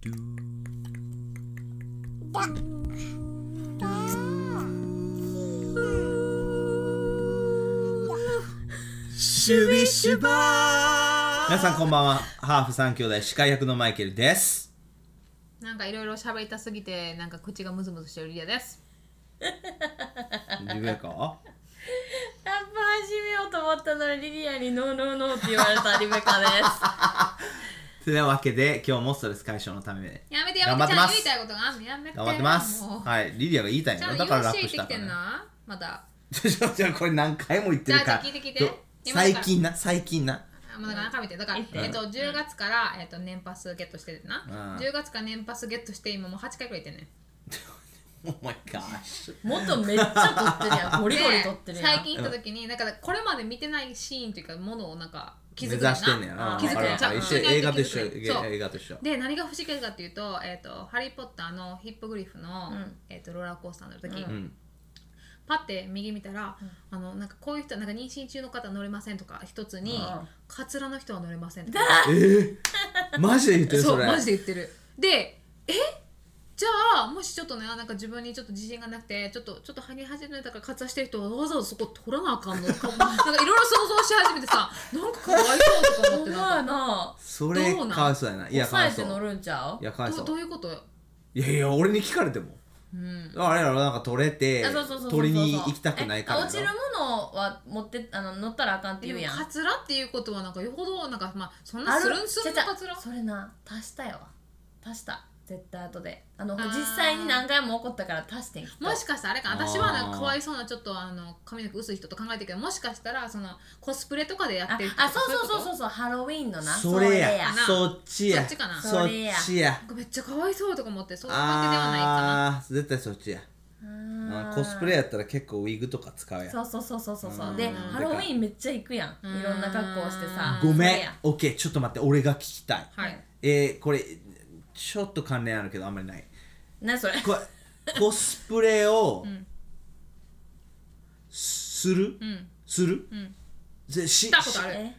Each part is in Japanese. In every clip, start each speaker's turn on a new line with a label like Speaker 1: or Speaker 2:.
Speaker 1: ドゥ
Speaker 2: シュビシュバー
Speaker 1: 皆さんこんばんはハーフ三兄弟司会役のマイケルです
Speaker 3: なんかいろいろ喋りたすぎてなんか口がムズムズしてるリアです
Speaker 1: リベカ
Speaker 4: ラップ始めようと思ったのにリリアにノーノーノーって言われたリベカです。
Speaker 1: というわけで今日もストレス解消のため
Speaker 3: やめてや
Speaker 1: 頑張
Speaker 3: め
Speaker 1: って
Speaker 3: てちゃ
Speaker 1: ます
Speaker 3: んと言いたいことがあんのやめて
Speaker 1: 頑張ってます
Speaker 3: もう
Speaker 1: はいリリアが言いたいん
Speaker 3: ちゃ
Speaker 1: だ
Speaker 3: ん
Speaker 1: だ
Speaker 3: と
Speaker 1: から
Speaker 3: よ
Speaker 1: ラッ
Speaker 3: し
Speaker 1: プ
Speaker 3: っ
Speaker 1: してた
Speaker 3: き
Speaker 1: から
Speaker 3: てん
Speaker 1: ね
Speaker 3: なまだ
Speaker 1: ちょちょちょこれ何回も言ってるから
Speaker 3: じゃあじゃあ聞いて聞いて
Speaker 1: ど
Speaker 3: 今から
Speaker 1: 最近な最近な
Speaker 3: あまだ中見てだから、
Speaker 4: うん
Speaker 3: えっと、10月から、えっと、年パスゲットしてるな、
Speaker 1: うん
Speaker 3: 10月から年パスゲットして今もう8回くらい行ってんねん
Speaker 1: Oh my gosh
Speaker 4: もっとめっちゃ撮ってるやん。ゴリゴリ撮ってる
Speaker 3: で
Speaker 4: やん。
Speaker 3: 最近行った時になんかこれまで見てないシーンというかものをなんか気づ
Speaker 1: 目
Speaker 3: く
Speaker 1: 指してんねやな
Speaker 4: 気づく
Speaker 1: わかるわかる
Speaker 4: うん
Speaker 1: 一緒
Speaker 3: うん
Speaker 1: 映画と一緒
Speaker 3: 気づくそう
Speaker 1: 映画と一緒
Speaker 3: で何が不思議かっていうと「えっとハリー・ポッター」のヒップグリフの、
Speaker 4: うん
Speaker 3: えっとローラーコースターの時、
Speaker 1: うん
Speaker 3: パッて右見たら、あのなんかこういう人なんか妊娠中の方乗れませんとか一つに、
Speaker 4: うん
Speaker 3: カツラの人は乗れませんとか
Speaker 1: えーマジで言ってる
Speaker 3: そ
Speaker 1: そうれ
Speaker 3: マジで言ってるでえじゃあもしちょっとねなんか自分にちょっと自信がなくてちょっとちょっとハゲ始めたからカツラしてる人はわざわざそこ取らなあかんのかなんかいろいろ想像し始めてさなんかかわいそうとか思
Speaker 4: お
Speaker 3: って
Speaker 4: 前
Speaker 3: なんか
Speaker 4: な、
Speaker 1: それ
Speaker 3: どうなん
Speaker 1: かわいそうやないやか
Speaker 4: 抑
Speaker 1: わ
Speaker 4: え
Speaker 1: いそ
Speaker 4: て
Speaker 1: う
Speaker 4: 乗るんちゃう
Speaker 1: いやかわいそ
Speaker 3: ど
Speaker 1: う
Speaker 3: どういうことよ、
Speaker 1: いやいや俺に聞かれても
Speaker 3: うん、
Speaker 1: あれやろなんか取れて
Speaker 4: あそうそうそうそうそう
Speaker 1: 取りに行きたくないから
Speaker 4: え
Speaker 1: や
Speaker 4: 落
Speaker 1: ろ
Speaker 4: ちるものは持ってあの乗ったらあかんって
Speaker 3: で
Speaker 4: 言う
Speaker 3: も
Speaker 4: やん
Speaker 3: カツラっていうことはなんかよほどなんかまあそん
Speaker 4: あ
Speaker 3: な
Speaker 4: る
Speaker 3: スルンスルンの
Speaker 4: 違う違う
Speaker 3: カツラ
Speaker 4: それな足したよ足した絶対後であの
Speaker 3: あー
Speaker 4: 実際に何回も起こったから足してんきっと
Speaker 3: もしかしたらあれか
Speaker 1: あー
Speaker 3: 私はなんかかわいそうなちょっとあの髪の毛薄い人と考えてるけどもしかしたらそのコスプレとかでやってる人と
Speaker 4: あ
Speaker 3: か
Speaker 4: あそうそうそう
Speaker 3: い
Speaker 4: そうそうハロウィンのな
Speaker 1: それや
Speaker 3: な
Speaker 1: そっちや
Speaker 3: そっちかな
Speaker 1: そっ
Speaker 4: そ
Speaker 1: ちや
Speaker 3: ことめっちゃかわいそうとか思ってそういうわけではないか
Speaker 1: あー絶対そっちや
Speaker 4: あー
Speaker 1: コスプレやったら結構ウィッグとか使うやん
Speaker 4: そうそうそうそうそうそううん
Speaker 1: う
Speaker 4: で
Speaker 1: ん
Speaker 4: ハロウィンめっちゃ行くやん
Speaker 3: うん
Speaker 4: いろんな格好をしてさ
Speaker 1: ご
Speaker 4: そ
Speaker 1: め
Speaker 4: れ
Speaker 1: ん
Speaker 4: や
Speaker 1: オッケーちょっと待って俺が聞きたい、
Speaker 3: なはい
Speaker 1: えー、これちょっと関連あるけどあんまりない
Speaker 4: 何それ
Speaker 1: これコスプレを
Speaker 3: ん
Speaker 1: する、
Speaker 3: うん
Speaker 1: する、
Speaker 3: ん
Speaker 1: ぜし
Speaker 3: したことある
Speaker 4: え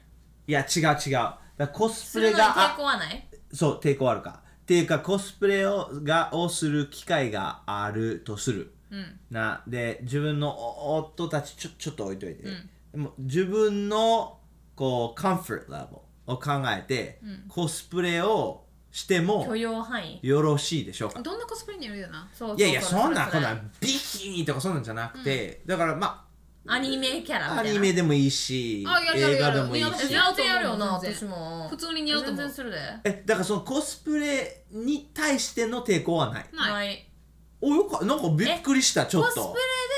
Speaker 1: いや違う違うだからコス
Speaker 4: す
Speaker 1: プ
Speaker 4: る
Speaker 1: レ
Speaker 4: のに
Speaker 1: が
Speaker 4: 抵
Speaker 1: あ
Speaker 4: 抗はない
Speaker 1: そう抵抗あるかっていうかコスプレをがをする機会があるとする、
Speaker 3: うん
Speaker 1: なで自分のお夫たちちょちょっと置いといて、でも自分のこうカンフォートレベルを考えて、コスプレをして
Speaker 4: 許
Speaker 1: も
Speaker 4: 容範囲
Speaker 1: よろしいでしょうか
Speaker 3: どんなコスプレによるよな
Speaker 4: そうそう
Speaker 1: いやいやそんなん
Speaker 4: れ
Speaker 1: こん
Speaker 4: れ
Speaker 1: なんビキニとかそんなんじゃなくて、だからま
Speaker 4: アニメキャラみ
Speaker 1: あア
Speaker 4: たいな
Speaker 1: ニメでもいいし
Speaker 3: あやるやる
Speaker 1: 映画
Speaker 3: やる
Speaker 1: でもいい
Speaker 3: やる
Speaker 4: え
Speaker 1: し
Speaker 4: 似合うてやるよな
Speaker 3: 全然
Speaker 4: 私も
Speaker 3: 普通に似合うと思う
Speaker 4: 全然するで
Speaker 1: えだからそのコスプレに対しての抵抗はない
Speaker 3: ない
Speaker 4: い
Speaker 1: およかなんかびっくりしたちょ
Speaker 4: コ
Speaker 1: っ
Speaker 4: スプ
Speaker 1: と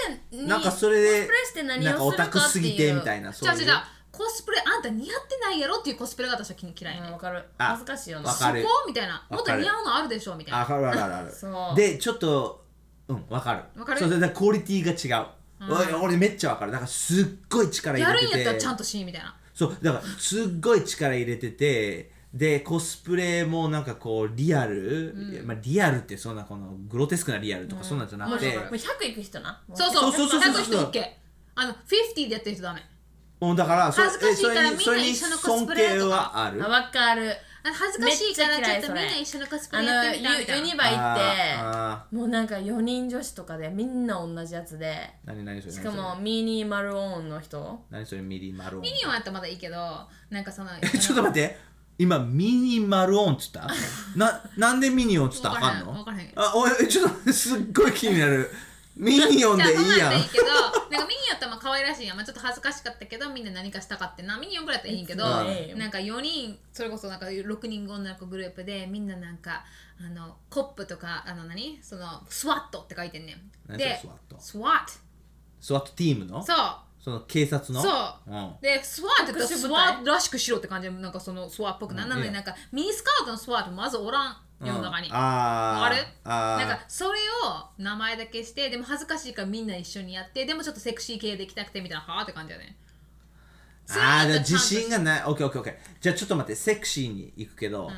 Speaker 4: レでに
Speaker 1: なんかそれで
Speaker 4: コスプレして何
Speaker 1: なんか
Speaker 4: を
Speaker 1: オ
Speaker 4: する
Speaker 1: タ
Speaker 4: かっ
Speaker 1: ク
Speaker 4: ていう
Speaker 1: すぎてみたいな
Speaker 3: じ
Speaker 1: そう
Speaker 3: ゃ
Speaker 1: い
Speaker 3: あ
Speaker 1: う
Speaker 3: じゃあコスプレあんた似合ってないやろっていうコスプレが私は気に嫌い
Speaker 4: うん
Speaker 3: ね
Speaker 4: わかる
Speaker 1: あ
Speaker 4: 恥ずかしいよな
Speaker 1: わかる
Speaker 3: そこみたいなもっと似合うのあるでしょみたい
Speaker 1: あ
Speaker 3: な
Speaker 1: かるあるあるある
Speaker 4: そう
Speaker 1: でちょっとうんわかる
Speaker 3: わかる
Speaker 1: そうだからクオリティが違う、お俺めっちゃわかるだからすっごい力
Speaker 3: や
Speaker 1: 入れ
Speaker 3: る
Speaker 1: て
Speaker 3: ん
Speaker 1: て
Speaker 3: やったらちゃんとしみたいな
Speaker 1: そうだからすっごい力入れててでコスプレもなんかこうリアル、いやまあ、リアルってそんなこのグロテスクなリアルとかそんなんじゃな
Speaker 4: もうもう
Speaker 1: くて、
Speaker 4: 100いく人なも
Speaker 3: そうそう
Speaker 1: そうそうそうそう
Speaker 3: 100人 OK あの50でやってる人ダメ
Speaker 1: もうだからそ
Speaker 3: 恥ずかしいから
Speaker 1: えそれに
Speaker 3: みんな一緒の
Speaker 1: それに
Speaker 3: コスプレ
Speaker 1: 尊敬
Speaker 3: とか
Speaker 1: はある
Speaker 4: あわかる
Speaker 3: あの恥ずか
Speaker 4: め
Speaker 3: しいから
Speaker 4: っち
Speaker 3: ち
Speaker 4: ゃ
Speaker 3: ょ
Speaker 4: 嫌
Speaker 3: っ
Speaker 4: い
Speaker 3: と
Speaker 4: そ
Speaker 3: みん
Speaker 4: れ
Speaker 3: な一緒のコスプ
Speaker 4: あ
Speaker 3: レ
Speaker 4: の
Speaker 3: やっ
Speaker 4: ユ
Speaker 3: てみたみたい
Speaker 4: ユ
Speaker 3: な
Speaker 4: ニバ行っ
Speaker 1: あーあ
Speaker 4: てもうなんか4人女子とかでみんな同じやつで
Speaker 1: ー何何それ
Speaker 4: しか
Speaker 1: 何
Speaker 4: も
Speaker 1: それ
Speaker 4: ミニマルオーンの人
Speaker 1: 何それミニマルオン
Speaker 3: ミニオンやったらまだいいけどなんかその
Speaker 1: ちょっと待って今ミニマルオンっつったななんでミニオンっつったらあかんの
Speaker 3: わからへんわ
Speaker 1: あおいちょっとすっごい気になるミニオン
Speaker 3: じ
Speaker 1: でい
Speaker 3: ゃあそんなん
Speaker 1: いやん
Speaker 3: でいいけどなんかミニオンやったらまあ可愛らしいやん、まあ、ちょっと恥ずかしかったけどみんな何かしたかってなミニオンぐらいだったらいいんやけど
Speaker 1: うん
Speaker 4: ええよ
Speaker 3: なんか4人それこそなんか6人女の子グループでみんななんかあのコップとかあの何そのスワットって書いてんねん
Speaker 1: 何それ
Speaker 3: で
Speaker 1: スワット
Speaker 3: スワ
Speaker 1: スワットチームの
Speaker 3: ットそう
Speaker 1: その警察の
Speaker 3: そうんで、スワーって言ったら
Speaker 4: 特殊
Speaker 3: ス
Speaker 4: 部
Speaker 3: ワ
Speaker 4: 隊
Speaker 3: ーらしくしろって感じで、なんかそのスワーっぽくな。
Speaker 1: うん
Speaker 3: なの
Speaker 1: い
Speaker 3: で、
Speaker 1: や
Speaker 3: なんかミニスカートのスワーってまずおらん、世の中に。
Speaker 1: うんあー
Speaker 3: わかる
Speaker 1: あー
Speaker 3: なんかそれを名前だけして、でも恥ずかしいからみんな一緒にやって、でもちょっとセクシー系で行きたくてみたいな、はあって感じだね。
Speaker 1: あー
Speaker 3: そういうの
Speaker 1: で
Speaker 3: と
Speaker 1: も自信
Speaker 3: ちゃんと
Speaker 1: がないオッケーオッケーオッケーじゃあちょっと待ってセクシーに行くけど、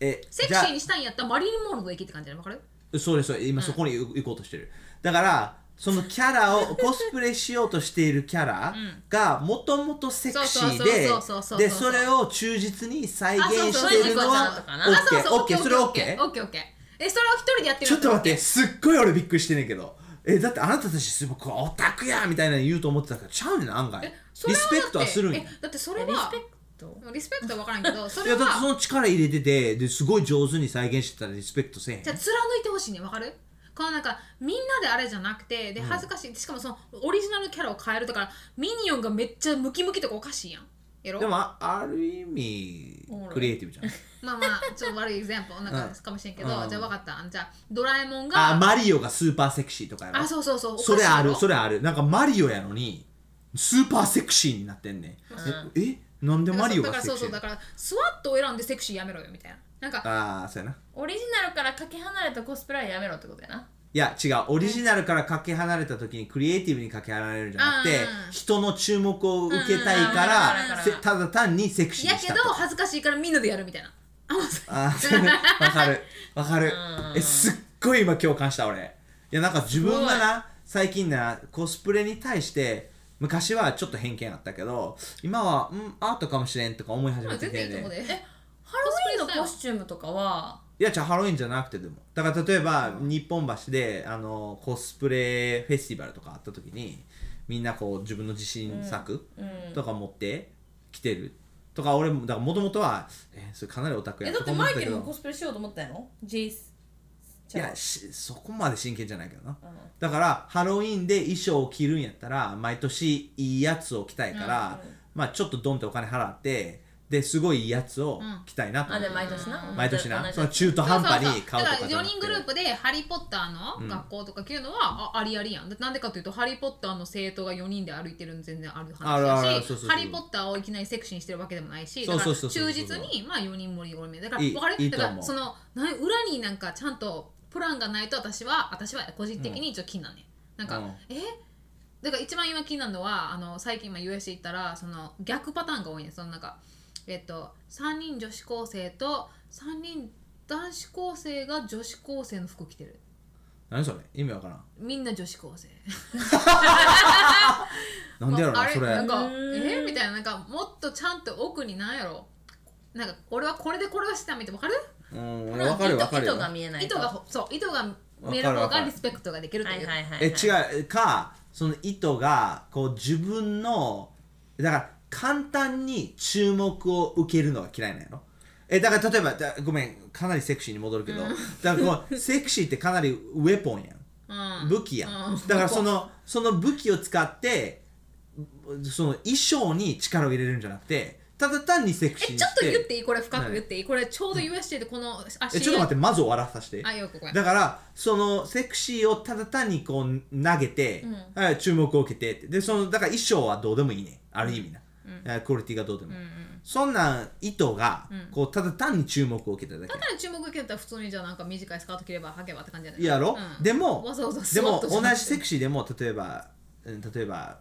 Speaker 1: え
Speaker 3: セク
Speaker 1: じゃあ
Speaker 3: シーにしたいんやったらマリリン・モンロー行けって感じだね、わかる
Speaker 1: そうですそうです今そこに行こうとしてる、だからそのキャラ をコスプレしようとしているキャラがもともとセクシーで
Speaker 3: そうそうそうそうそうそう
Speaker 1: でそれを忠実に再現しているの
Speaker 4: あそう
Speaker 1: は
Speaker 4: そうそう
Speaker 3: あ、そうそう、
Speaker 1: オッケーオッケーそれオッケー
Speaker 3: オッケーオッケー。え、それを一人でやってる
Speaker 1: ちょっと待って
Speaker 3: て。
Speaker 1: すっごい俺びっくりしてんねんけどえだってあなたたちすごくオタクやみたいなの言うと思ってたからちゃうねん案外
Speaker 3: え
Speaker 1: リ
Speaker 3: それはだ
Speaker 1: ス
Speaker 3: って
Speaker 1: ペクトはするんやい
Speaker 3: え
Speaker 1: や
Speaker 3: だってそ
Speaker 4: リ
Speaker 3: れ
Speaker 4: ス
Speaker 3: は
Speaker 4: ペ、クト
Speaker 3: リスペクトは分からんけど、それ
Speaker 1: だってそ
Speaker 3: は、
Speaker 1: の力入れててですごい上手に再現してたらリスペクトせえへん
Speaker 3: じゃあ貫いてほしいね、分かるこのなんかみんなであれじゃなくてで恥ずかしい、しかもそのオリジナルキャラを変えるだからミニオンがめっちゃムキムキとかおかしいやんやろ
Speaker 1: でもあある意味
Speaker 4: おもろい
Speaker 1: クリエイティブじゃん
Speaker 3: まあまあちょっと悪いエグザンプルなんかかもしれんけど、
Speaker 1: うん
Speaker 3: じゃあ分かったあのじゃあドラえもんが
Speaker 1: あマリオがスーパーセクシーとかやろ
Speaker 3: あそうそうそうおかしい
Speaker 1: それある
Speaker 3: よ
Speaker 1: それあるなんかマリオやのにスーパーセクシーになってんね、ん、えなんでマリオ
Speaker 3: だ
Speaker 1: が
Speaker 3: から
Speaker 1: セ
Speaker 3: そ
Speaker 1: クシ
Speaker 3: うそう
Speaker 1: ー
Speaker 3: だからスワットを選んでセクシーやめろよみたいななんか
Speaker 1: ああーそうやな
Speaker 4: オリジナルからかけ離れたコスプレはやめろってことやな。
Speaker 1: いや違うオリジナルからかけ離れた時にクリエイティブにかけ離れるんじゃなくて
Speaker 3: うん
Speaker 1: 人の注目を受けたいか
Speaker 4: うん
Speaker 1: らせただ単にセクシー
Speaker 3: や
Speaker 1: にし
Speaker 3: け
Speaker 1: た
Speaker 3: ど
Speaker 1: とか
Speaker 3: 恥ずかしいからみんなでやるみたいなあもうそれ
Speaker 1: あーそれわかるわかる
Speaker 4: うん
Speaker 1: えすっごい今共感した俺いやなんか自分がな最近なコスプレに対して昔はちょっと偏見あったけど今はうんアートかもしれんとか思い始
Speaker 3: まあ
Speaker 1: めてきて
Speaker 3: 全然い
Speaker 1: る
Speaker 3: いと思う
Speaker 1: ね
Speaker 3: で
Speaker 4: ハロウィンの
Speaker 3: コ
Speaker 4: コ
Speaker 3: ス
Speaker 4: スチュームとかは、
Speaker 1: いやじゃあハロウィンじゃなくてでもだから例えば日本橋であのコスプレフェスティバルとかあった時にみんなこう自分の自信作
Speaker 4: うん、
Speaker 1: とか持ってきてるとか俺もだからもともとはえそれかなりオタクや
Speaker 4: え、
Speaker 1: な
Speaker 4: だっ
Speaker 1: と
Speaker 4: て
Speaker 1: か思
Speaker 4: マ
Speaker 1: っ
Speaker 4: イ
Speaker 1: た
Speaker 4: ケ
Speaker 1: け
Speaker 4: ルも
Speaker 1: ど
Speaker 4: コスプレしようと思ったやろジェイス。
Speaker 1: いやしそこまで真剣じゃないけどな
Speaker 4: うん
Speaker 1: だからハロウィンで衣装を着るんやったら毎年いいやつを着たいから、まあちょっとドンってお金払ってですごいいいやつを着たいなと
Speaker 4: あ、
Speaker 1: 思っ
Speaker 4: で、
Speaker 1: て
Speaker 4: 毎年な。
Speaker 1: 毎年な
Speaker 4: 同じ
Speaker 1: その中途半端に
Speaker 3: そう
Speaker 1: 顔
Speaker 3: そう
Speaker 1: とか
Speaker 3: そうだ
Speaker 1: じゃ
Speaker 3: から
Speaker 1: なくて
Speaker 3: 4人グループで「ハリー・ポッター」の学校とか着るのは、あありありやんだってなんでかというと「ハリー・ポッター」の生徒が4人で歩いてるの全然ある話
Speaker 1: あるあ
Speaker 3: だ
Speaker 1: るそうそう
Speaker 3: し
Speaker 1: そう
Speaker 3: 「ハリー・ポッター」をいきなりセクシーにしてるわけでもないし
Speaker 1: そ
Speaker 3: だ
Speaker 1: う
Speaker 3: か
Speaker 1: そう
Speaker 3: ら
Speaker 1: そうそう
Speaker 3: 忠実にまあ4人盛り込みだから
Speaker 1: いい
Speaker 3: わか
Speaker 1: い
Speaker 3: る
Speaker 1: い
Speaker 3: だ
Speaker 1: と
Speaker 3: から
Speaker 1: 思う
Speaker 3: そのな裏になんかちゃんとプランがないと私は私は個人的にちょっと気になんね、ん、なんか、
Speaker 1: うん
Speaker 3: えだから一番今気になるのはあの最近今 USC 行ったらその逆パターンが多いねそのなんかえっと3人女子高生と3人男子高生が女子高生の服着てる
Speaker 1: 何それ意味わからん
Speaker 3: みんな女子高生
Speaker 1: なんでやろ
Speaker 3: あ
Speaker 1: な
Speaker 3: れ
Speaker 1: それ
Speaker 3: なんか
Speaker 4: うー
Speaker 3: え
Speaker 4: ん
Speaker 3: みたいななんかもっとちゃんと奥になんやろなんか俺はこれでこれをしたみたいなわかる
Speaker 1: うん
Speaker 4: うん
Speaker 1: 俺わかるよわかる
Speaker 4: 糸
Speaker 1: よ
Speaker 4: 糸が見えないと。
Speaker 3: 糸がほそう糸が見える
Speaker 1: わかる
Speaker 3: 方
Speaker 1: わか
Speaker 3: が
Speaker 1: る
Speaker 3: リスペクトができると
Speaker 4: はいいうはいはい。
Speaker 1: え違うかその意図がこう自分のだから簡単に注目を受けるのが嫌いなんやろえだから例えばだごめんかなりセクシーに戻るけど、だからこうセクシーってかなりウェポンやん
Speaker 3: うん
Speaker 1: 武器や
Speaker 3: うん
Speaker 1: ん、だからそのその武器を使ってその衣装に力を入れるんじゃなくてただ単にセクシー
Speaker 3: え
Speaker 1: に
Speaker 3: ちょっ
Speaker 1: して
Speaker 3: と言っていいこれ深く言っていいこれちょうど USJ でこの足
Speaker 1: えちょっと待ってまず終わらさせて
Speaker 3: あよくごめん
Speaker 1: だからそのセクシーをただ単にこう投げて、はい注目を受けてってでそのだから衣装はどうでもいいねある意味な、えクオリティがどうでもいい、そんなん意図がこうただ単に注目を受けただけ
Speaker 3: ただ注目受けたら普通にじゃあなんか短いスカート着れば履けばって感じじゃない
Speaker 1: いいやろ、
Speaker 3: うん
Speaker 1: でも
Speaker 3: わざわざス
Speaker 1: で
Speaker 3: ワッ
Speaker 1: も
Speaker 3: ト
Speaker 1: 同
Speaker 3: ゃなく
Speaker 1: じ
Speaker 3: て
Speaker 1: セクシーでも例えばうん例えば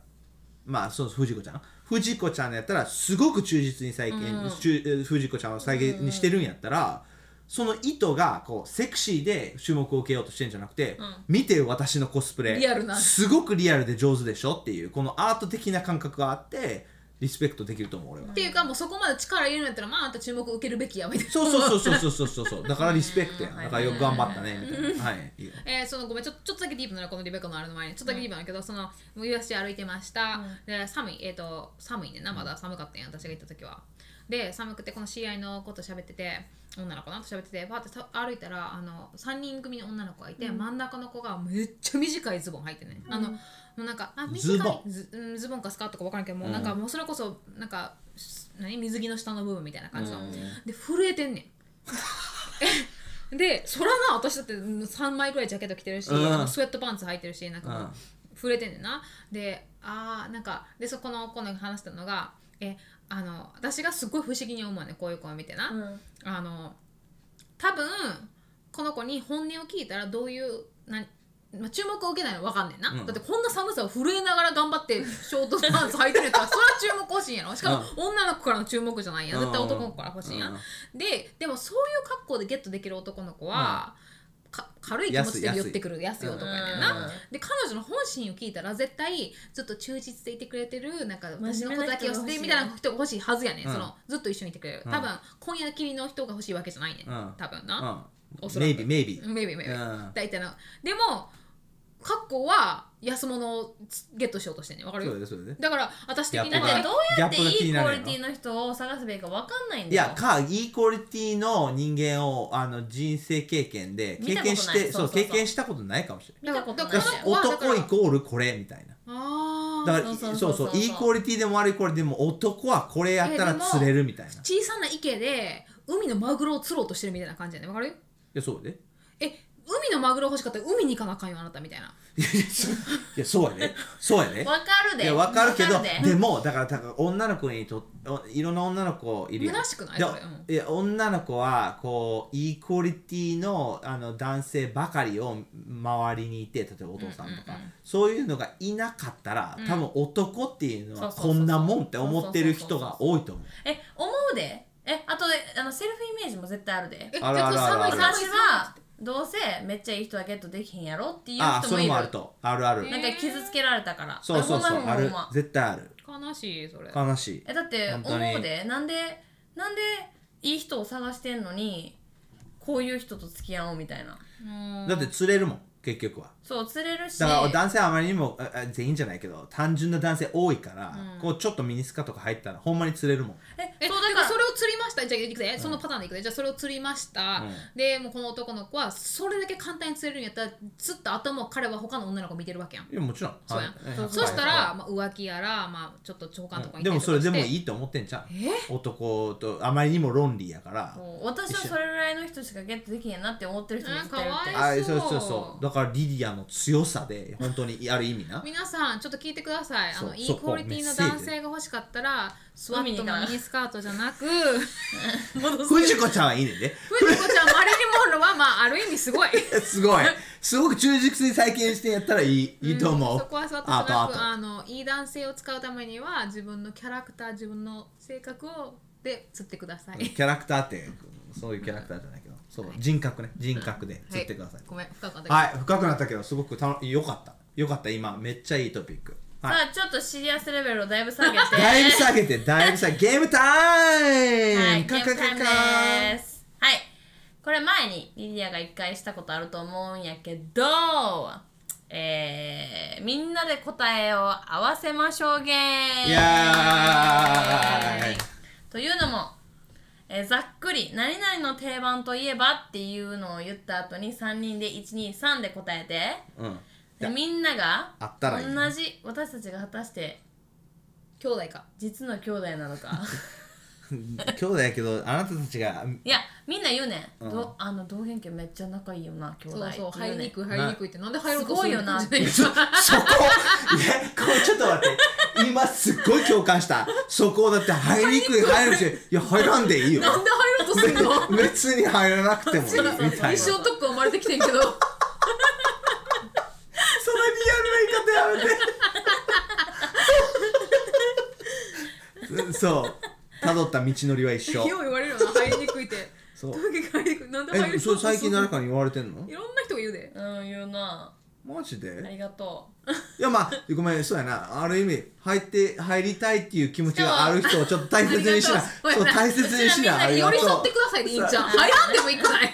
Speaker 1: まあそう藤子ちゃん藤子ちゃんのやったらすごく忠実に再現、ちゅえ藤子ちゃんを再現にしてるんやったら、その意図がこうセクシーで注目を受けようとしてんじゃなくて、見てよ私のコスプレ
Speaker 3: リアルな
Speaker 1: すごくリアルで上手でしょっていうこのアート的な感覚があってリスペクトできると思う俺は
Speaker 3: っ。ていうかもうそこまで力入れるんやったらまああんた注目受けるべきやみたいな
Speaker 1: そうそうそうそうそうそうそうだからリスペクトやん だからよく頑張ったねみたいなはいいいよ
Speaker 3: えー、そのごめんちょちょっとだけディープなのこのリベカのあれの前にちょっとだけディープなんだけど、その USJ 歩いてました、で寒いえっ、と寒いねなまだ寒かったんや私が行った時はで寒くてこの知り合いの子と喋ってて女の子なと喋っててパーってさ歩いたらあの3人組の女の子がいて、真ん中の子がめっちゃ短いズボン履いてね、あのもうなんかあ短い
Speaker 1: ズボ
Speaker 3: ンズ,、うん、ズボンかスカートか分からんけどもうなんかもうそれこそなんかす何水着の下の部分みたいな感じの、で震えてんねんでそらな私だって3枚ぐらいジャケット着てるし、
Speaker 1: うん
Speaker 3: あのスウェットパンツ履いてるしなんか
Speaker 1: う
Speaker 3: もうん触れてんねんなであーなんかでそこの子の話したのがえあの私がすごい不思議に思うねんこういう子を見てな、
Speaker 4: うん
Speaker 3: あの多分この子に本音を聞いたらどういうなまあ、注目を受けないの分かんねんな、
Speaker 1: うん
Speaker 3: だってこんな寒さを震えながら頑張ってショートパンツ履いてるやつ はそれは注目欲しいんやろしかも女の子からの注目じゃないやん絶対男の子から欲しいやん
Speaker 1: うん
Speaker 3: ででもそういう格好でゲットできる男の子は、か軽い気持ちで
Speaker 1: 安い
Speaker 3: 寄ってくる安い男やねん
Speaker 4: うん
Speaker 3: な。で彼女の本心を聞いたら絶対ちょっと忠実でいてくれてるなんか私
Speaker 4: 真面
Speaker 3: のこ
Speaker 4: 目
Speaker 3: と
Speaker 4: な
Speaker 3: だけ
Speaker 4: 人
Speaker 3: を
Speaker 4: が欲
Speaker 3: 捨て
Speaker 4: しい
Speaker 3: みたいな人が欲しいはずやね、
Speaker 1: うん
Speaker 3: ん、そのずっと一緒にいてくれる、
Speaker 1: うん
Speaker 3: 多分今夜きりの人が欲しいわけじゃないね、
Speaker 1: うん
Speaker 3: 多分な、おそらく
Speaker 1: maybe maybe、
Speaker 3: maybe maybe、
Speaker 1: うん
Speaker 3: 大体のでもカッコは安物をゲットしようとしてんねんわかる
Speaker 1: そうだ
Speaker 3: よ
Speaker 1: ねそうだね
Speaker 3: だから私的に
Speaker 1: やっ
Speaker 4: だっ
Speaker 1: ぱ
Speaker 4: て
Speaker 1: り
Speaker 4: どうやって
Speaker 1: ギャップが気
Speaker 4: い
Speaker 1: に
Speaker 4: い
Speaker 1: な
Speaker 4: ク
Speaker 1: る
Speaker 4: オ
Speaker 1: の
Speaker 4: リティの人を探すべきか分かんないん
Speaker 1: い
Speaker 4: だよ
Speaker 1: や。かいいクオリティの人間をあの人生経験で経験し
Speaker 4: 見たことな
Speaker 1: て
Speaker 4: い
Speaker 1: そ
Speaker 4: そううそうそう
Speaker 1: 経験したことないかもしれない
Speaker 4: 見たことない
Speaker 1: だ
Speaker 4: よ
Speaker 1: か
Speaker 3: だ
Speaker 1: ら
Speaker 3: らわだか
Speaker 1: 男
Speaker 3: ら
Speaker 1: イコールこれみたいな
Speaker 3: あー
Speaker 1: だから
Speaker 4: そ
Speaker 1: そうう
Speaker 4: そ
Speaker 1: そうう
Speaker 4: そうそう
Speaker 1: いいクオリティでも悪いクオリティでも男はこれやったら釣れるみたいない
Speaker 3: 小さな池で海のマグロを釣ろうとしてるみたいな感じやねんわかる
Speaker 1: やそうで
Speaker 3: え海のマグロ欲しかったら海に行かなあかんよあなたみたいない
Speaker 1: やそういやそうやねそうやね
Speaker 4: 分かるで。
Speaker 1: いやわかるけど
Speaker 4: わで
Speaker 1: でもだからだから女の子にとおいろんな女の子いるやん
Speaker 3: 虚しくない
Speaker 1: で
Speaker 3: それうん
Speaker 1: いや女の子はこういいクオリティのあの男性ばかりを周りにいて例えばお父さんとか、
Speaker 3: うんうんうん
Speaker 1: そういうのがいなかったら、多分男っていうのは
Speaker 4: そうそうそう
Speaker 1: こんなもんって思ってる人が多いと思う
Speaker 4: え、思うで。え、あとあのセルフイメージも絶対あるで
Speaker 3: え。
Speaker 1: あるあるあるある
Speaker 3: じゃあ
Speaker 4: 私はどうせめっちゃいい人はゲットできへんやろっていう
Speaker 1: あ
Speaker 4: 人
Speaker 1: そ
Speaker 4: もい
Speaker 1: れ
Speaker 4: る。
Speaker 1: もあ
Speaker 4: な
Speaker 1: るとあるある、
Speaker 3: ね
Speaker 4: んか傷つけられたから。
Speaker 1: そうそうそう
Speaker 4: ほんま
Speaker 1: あ
Speaker 4: ほんまほ
Speaker 1: る
Speaker 4: んま
Speaker 1: 絶対ある
Speaker 3: 悲しいそれ
Speaker 1: 悲しい
Speaker 4: えだって
Speaker 1: 本
Speaker 4: 思
Speaker 1: 当に
Speaker 4: うでなんでなんでいい人を探してんのにこういう人と付き合おうみたいな
Speaker 1: だって釣れるもん結局は
Speaker 4: そう釣れるし
Speaker 1: だから男性はあまりにもああ全員じゃないけど単純な男性多いから、こうちょっとミニスカとか入ったらほんまに釣れるもん
Speaker 4: え
Speaker 3: え
Speaker 4: そ
Speaker 3: そうう
Speaker 4: だか
Speaker 3: だかららそれを釣りましたじゃあいくぜそのパターンでいくぜじゃあそれを釣りました、
Speaker 1: うん
Speaker 3: でもうこの男の子はそれだけ簡単に釣れるんやったらずっと頭を彼は他の女の子見てるわけやん
Speaker 1: いやもちろん
Speaker 3: そうやん
Speaker 1: はい
Speaker 4: そう
Speaker 3: そしたら、
Speaker 1: は
Speaker 3: まあ、浮気やら、まあ、ちょっと長官とか
Speaker 1: いでもそれでも
Speaker 3: い
Speaker 1: いいと思ってんじゃん男とあまりにも論理やから
Speaker 4: もう私はそれぐらいの人しかゲットできへんなって思ってる人も絶対いる
Speaker 3: うんかわい
Speaker 4: って
Speaker 3: そう
Speaker 1: あそうそうそうだからリディアの強さで本当にある意味な
Speaker 3: 皆さんちょっと聞いてくださいあ
Speaker 1: そ
Speaker 3: の
Speaker 1: う
Speaker 3: い
Speaker 1: そ
Speaker 3: いうクオリティの男性が欲しかったらスワットのミニスカートじゃなく
Speaker 1: 藤子ちゃんはいいねんね
Speaker 3: 藤子ちゃんマリリン・モンローは、まあ、ある意味すごい
Speaker 1: すごいすごく忠実に再建してやったらいいいいと思う、
Speaker 3: そこはさ
Speaker 1: あ
Speaker 3: 私
Speaker 1: とあ
Speaker 3: な
Speaker 1: と
Speaker 3: くあのいい男性を使うためには自分のキャラクター自分の性格をで釣ってください、
Speaker 1: キャラクターってそういうキャラクターじゃないけどそう人格ね人格で釣ってください、
Speaker 3: ごめん深かったけど
Speaker 1: はい、深くなったけど、すごくたのよかった。よかった、今、めっちゃいいトピック。
Speaker 4: さ
Speaker 1: はい、
Speaker 4: あちょっとシリアスレベルをだいぶ下げて
Speaker 1: だいぶ下げて、だいぶ下げて、ゲームタイム、
Speaker 4: はい、ゲ
Speaker 1: カ
Speaker 4: ー
Speaker 1: ンカンカ
Speaker 4: ムタイ
Speaker 1: ン
Speaker 4: ム
Speaker 1: カン
Speaker 4: です。はい。これ前にリディアが一回したことあると思うんやけど、えー、みんなで答えを合わせましょうゲーム
Speaker 1: イエーイ
Speaker 4: というのも、えーざっくり何々の定番といえばっていうのを言った後に3人で123で答えて
Speaker 1: うん。
Speaker 4: でみんなが
Speaker 1: あったらいいね
Speaker 4: 同じ私たちが果たして
Speaker 3: 兄弟か
Speaker 4: 実の兄弟なのか
Speaker 1: 兄弟やけど、あなたたちが、
Speaker 4: いやみんな言うねん、どあの同元家めっちゃ仲いいよな兄弟
Speaker 3: そうそう
Speaker 4: って言
Speaker 3: 入り
Speaker 4: ねん
Speaker 3: にくい入りにくいってなんで入ろうとす
Speaker 4: す
Speaker 3: るのじゃないです か
Speaker 1: そこ、いや、これちょっと待って、今すっごい共感した。そこだって入りにくい、入るし、いや、入らんでいいよ。
Speaker 3: なんで入ろうとするの
Speaker 1: 別に入らなくてもいいみたいな。そのリアルな
Speaker 3: 一生トック生まれてきてんけど
Speaker 1: 言い方やめて。そう、辿った道のりは一緒。
Speaker 3: よう言われるよな入りにくいって
Speaker 1: そう
Speaker 3: どういう入りにくいなんで入ろう
Speaker 1: え、
Speaker 3: とす
Speaker 1: そ
Speaker 3: る
Speaker 1: れ
Speaker 3: の
Speaker 1: 最近誰かに言われてんの
Speaker 3: いろんな人が言うで
Speaker 4: うん、言うな。
Speaker 1: マジ
Speaker 4: あ
Speaker 1: で
Speaker 4: りがと
Speaker 1: いやまあごめんそうやなある意味入って入りたいっていう気持ちがある人をちょっと大切にしな
Speaker 3: ありが
Speaker 1: そ
Speaker 3: と
Speaker 1: う
Speaker 3: う
Speaker 1: 大切にしなあ
Speaker 4: そ。
Speaker 1: り
Speaker 3: 寄
Speaker 1: がと
Speaker 3: り
Speaker 1: う
Speaker 3: 添ってくださいでいいんじゃん入らんでもいいく ない